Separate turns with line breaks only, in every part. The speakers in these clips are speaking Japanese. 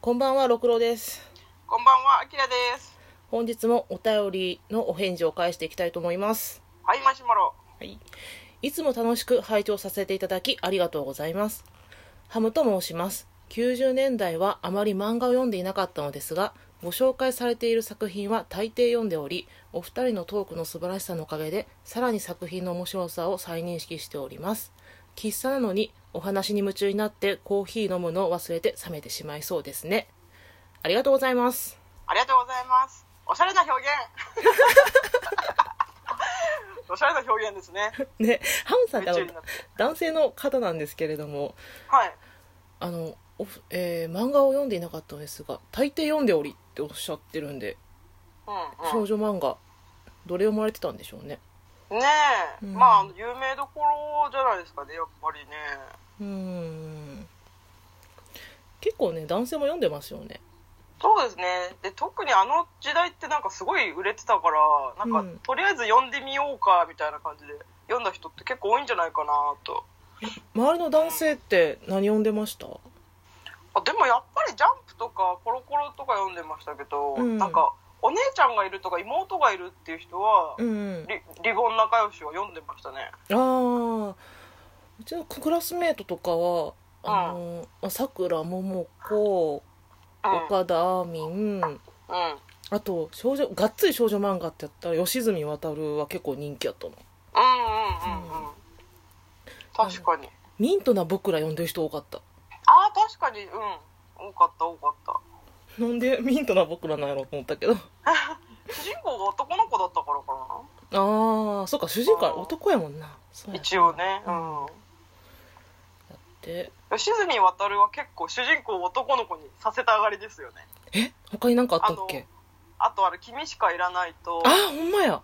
こんばんは六郎です
こんばんは、あきらです。
本日もお便りのお返事を返していきたいと思います
はい、マシュマロ。
はい、いつも楽しく拝聴させていただきありがとうございますハムと申します90年代はあまり漫画を読んでいなかったのですがご紹介されている作品は大抵読んでおりお二人のトークの素晴らしさのおかげでさらに作品の面白さを再認識しております喫茶なのにお話に夢中になってコーヒー飲むのを忘れて冷めてしまいそうですねありがとうございます
ありがとうございます。おしゃれな表 現。おしゃれな表現ですね。
ねハムさんってあの
夢中になって
男性の方なんですけれども
はい。
あのおふえー漫画を読んでいなかったのですが大抵読んでおりっておっしゃってるんで
うん、う
少女漫画どれ読まれてたんでしょうね
ん。ねえ、
うん
まあ、有名どころじゃないですかね、やっぱりね。
うーん結構ね男性も読んでますよね
そうですね。で、特にあの時代ってなんかすごい売れてたから、なんか、
うん
とりあえず読んでみようか、みたいな感じで、読んだ人って結構多いんじゃないかなと。
周りの男性って何読んでました
あでもやっぱり「ジャンプ」とか「コロコロ」とか読んでましたけど、
うん
なんかお姉ちゃんがいるとか妹がいるっていう人は、
うん
リリボン仲良しを読んでましたね
ああうちのクラスメートとかはあのまあさくらももこ
うん、
岡田あーみん
うん
あと少女がっつり少女漫画ってやったら吉住渉は結構人気やったの
うんうんうんうん確かに
ミントな僕ら呼んでる人多かった
ああ確かにうん多かった多かった
なんでミントな僕らなんやろうと思ったけどあ
主人公が男の子だったからかな、
あそっか主人公は
うん
男やもんなそうや
一応ねうん
で
吉住渉は結構主人公を男の子にさせたがりですよね
え他に何かあったっけ
あとあれ「君しかいらないと」
ああほんまや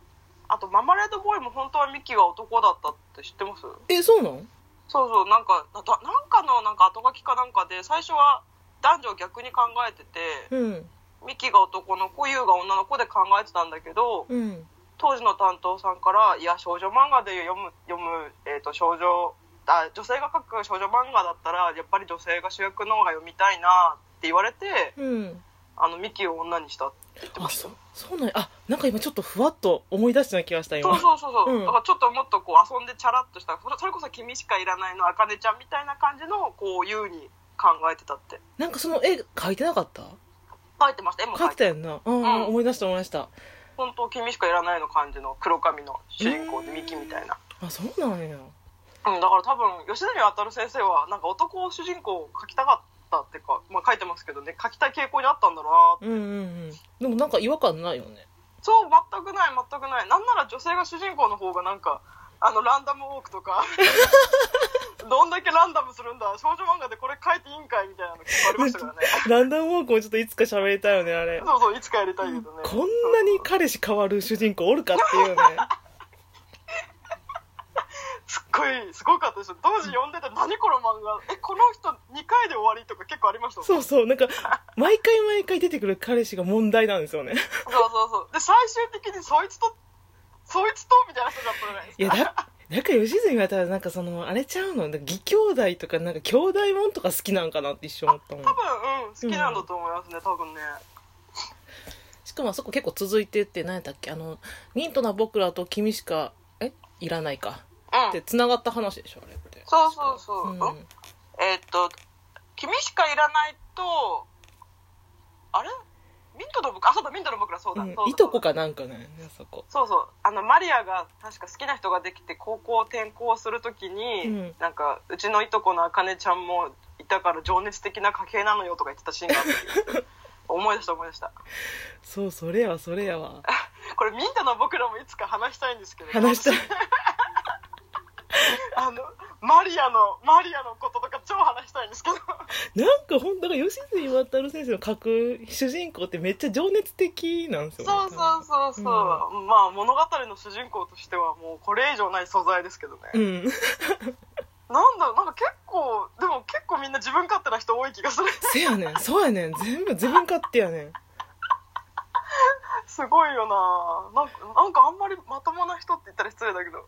あとママレードボーイも本当はミキが男だったって知ってます
えそうなん
そうそうなんかなだなんかのなんか後書きかなんかで最初は男女を逆に考えてて、
うん
ミキが男の子ユウが女の子で考えてたんだけど
うん
当時の担当さんから「いや少女漫画で読む読む、えー、と少女あ女性が書く少女漫画だったらやっぱり女性が主役の方が読みたいな」って言われて
うん
あのミキを女にしたって言ってま
あ
した
そそうなんやあなんか今ちょっとふわっと思い出したような気がした
そう
今
そうそうそう、
うん
だからちょっともっとこう遊んでチャラっとしたそれそれこそ「君しかいらない」のあかねちゃんみたいな感じのこう優に考えてたって
なんかその絵描いてなかった
書いてました絵も書
描いて
いて
たやんなうん、うん、
うん
思い出した思い出した
本当君しかいらない」の感じの黒髪の主人公で
うん
ミキみたいな、
あそうなんや
うん、だから多分吉住渉先生はなんか男を主人公を書きたかったっていうか、まあ、書いてますけどね書きたい傾向にあったんだろうな
うんうんうんでもなんか違和感ないよね
そう全くない全くないなんなら女性が主人公の方がなんかあのランダムウォークと かどんだけランダムするんだ少女漫画でこれ書いていいんかいみたいなの結構ありましたからね
ランダムウォークもちょっといつか喋りたいよねあれ
そうそういつかやりたいけどね
こんなに彼氏変わる主人公おるかっていうね
すっごいすごかったですよ当時読んでて何この漫画えこの人2回で終わりとか結構ありましたもん
そうそうなんか毎回毎回出てくる彼氏が問題なんですよね
そうそうそうで最終的にそいつとそいつとみたいな人だったじゃないですか
いやだなんか吉住はたらなんかそのあれちゃうのなんか義兄弟とかなんか兄弟もんとか好きなんかなって一瞬思ったもん
多分うん好きなんだと思いますね、多分ね
しかもあそこ結構続いてって何やったっけあのニートな僕らと君しかえいらないかっ
う
て
ん
つながった話でしょあれって
そうそうそう、
ん
えーっと「君しかいらないと」あれミントの僕あそうだミントの僕らそうだ、
うん
そうだ
いとこかなんかねあそこ
そうそうあのマリアが確か好きな人ができて高校転校するときに、
うん
なんかうちのいとこのあかねちゃんもいたから情熱的な家系なのよとか言ってたシーンがあった よ思い出した思い出した
そうそれやわそれやわ
これミンタの僕らもいつか話したいんですけど
話したい
あのマリアのマリアのこととか超話したいんですけど
なんかほんとだから吉住渉先生の書く主人公ってめっちゃ情熱的なんですよね
そうそうそうそう、まあ物語の主人公としてはもうこれ以上ない素材ですけどね、
うん
なんだろうなんか結構でも結構みんな自分勝手な人多い気がする
せやねんそうやねん全部自分勝手やねん
すごいよななんかなんかあんまりまともな人って言ったら失礼だけど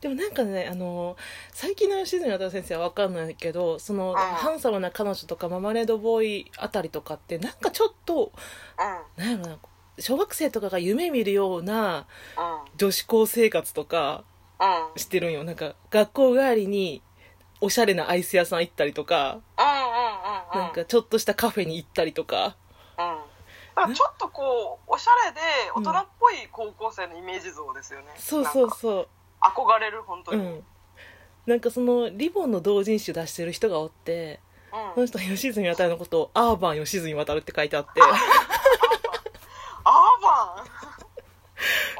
でもなんかねあの最近の吉住渉先生はわかんないけどその
ん
ハンサムな彼女とかママレードボーイあたりとかってなんかちょっと
う
なんやろな小学生とかが夢見るようなん
うん
女子高生活とか
うんうん
してるんよなんか学校帰りにおしゃれなアイス屋さん行ったりとか、
うんうん
なんかちょっとしたカフェに行ったりとか
うんだからちょっとこうおしゃれで大人っぽい高校生のイメージ像ですよね、
そうそう
なんか
そ
憧れる本当
うう
に、うん
んなんかそのリボンの同人誌出してる人がおってその人は吉住渉のことをアーバン吉住渉って書いてあって
アーバ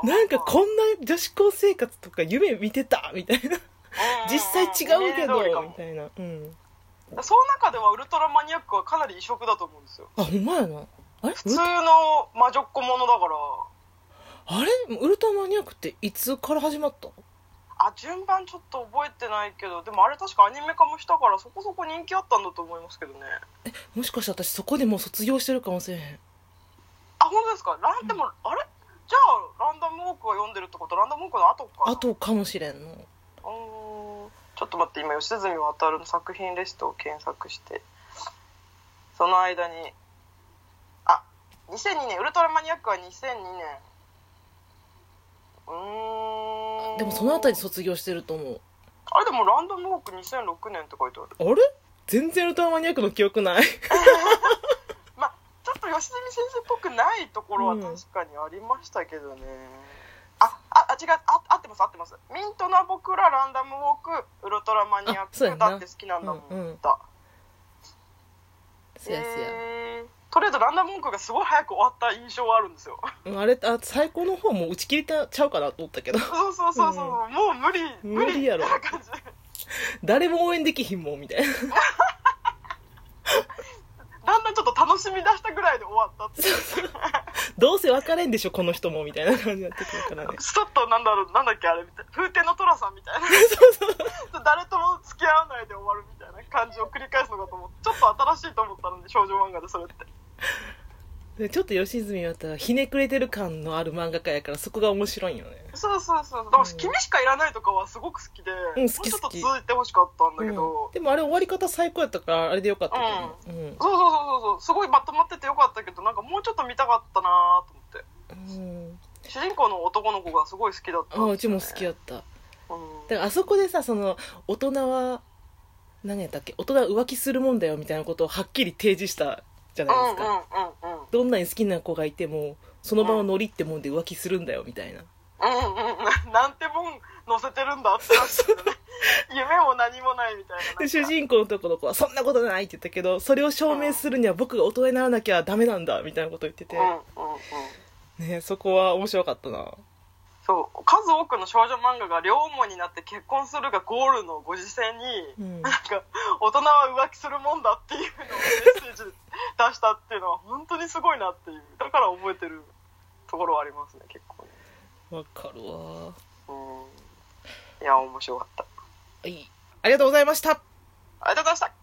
ン
なんかこんな女子高生活とか夢見てたみたいな 実際違うけどみたいなうん
なその中ではウルトラマニアックはかなり異色だと思うんですよ
あほんまやなあれウ
普
ル
通の魔女っ子ものだから
あれウルトラマニアックっていつから始まった
あ順番ちょっと覚えてないけどでもあれ確かアニメ化もしたからそこそこ人気あったんだと思いますけどね
もしかして私そこでもう卒業してるかもしれへん
あ本当ですかランでも、あれじゃあランダムウォークは読んでるってことはランダムウォークの後か
あとかもしれんの
うーんちょっと待って今吉住渉の作品リストを検索してその間にあ2002年ウルトラマニアックは2002年うーん
でもそのあたり卒業してると思う
あれでもランダムウォーク2006年って書いてある
あれ全然ウルトラマニアックの記憶 ない
まあちょっと吉住先生っぽくないところは
うん
確かにありましたけどね、あああ違うあ合ってます合ってますミントな僕らランダムウォークウルトラマニアッ
あそうや
ク
んな
だって好きなんだもん、
うんうん
だ
そうやそうや
えーとりあえずランダム文句がすごい早く終わった印象はあるんですよ
うんあれあ最高の方もう打ち切れちゃうかなと思ったけど
そうそうそうそう、もう無理
無理やろ
みたいな感じ
誰も応援できひんもんみたいな
だんだんちょっと楽しみ出したぐらいで終わったって
どうせ別れんでしょこの人もみたいな感じになってくるから ね
ちょっとなんだろうなんだっけあれみたい風天の寅さんみたいな誰とも付き合わないで終わるみたいな感じを繰り返すのかと思ってちょっと新しいと思ったので少女漫画でそれって
でちょっと吉住はたひねくれてる感のある漫画家やからそこが面白いんよね
そうそうそうだから
うん
「君しかいらない」とかはすごく好きで、
ん好き
もうちょっ
好
と
き
続いてほしかったんだけ
うん
ど、
でもあれ終わり方最高やったからあれでよかったけどね、
そうそうそうそうすごいまとまっててよかったけどなんかもうちょっと見たかったなと思って
うんうん
主人公の男の子がすごい好きだった
ああうちも好きやった
うん
だからあそこでさその大人は何やったっけ大人は浮気するもんだよみたいなことをはっきり提示したじゃないですか、
うんうんうんうん
どんなに好きな子がいてもその場をノリってもんで浮気するんだよみたいな、
うんうんなんてもん載せてるんだって話だよね夢も何もないみたいななんか
で主人公のとこの子は「そんなことない」って言ったけどそれを証明するには僕が大人にならなきゃダメなんだみたいなこと言ってて
うん、うんうん
ね、そこは面白かったな
そう数多くの少女漫画が両思いになって結婚するがゴールのご時世に、
うん
なんか大人は浮気するもんだっていうのをメッセージ出したっていうのは本当にすごいなっていうだから覚えてるところはありますね結構ね
わかるわ
うんいや面白かった
はいありがとうございました
ありがとうございました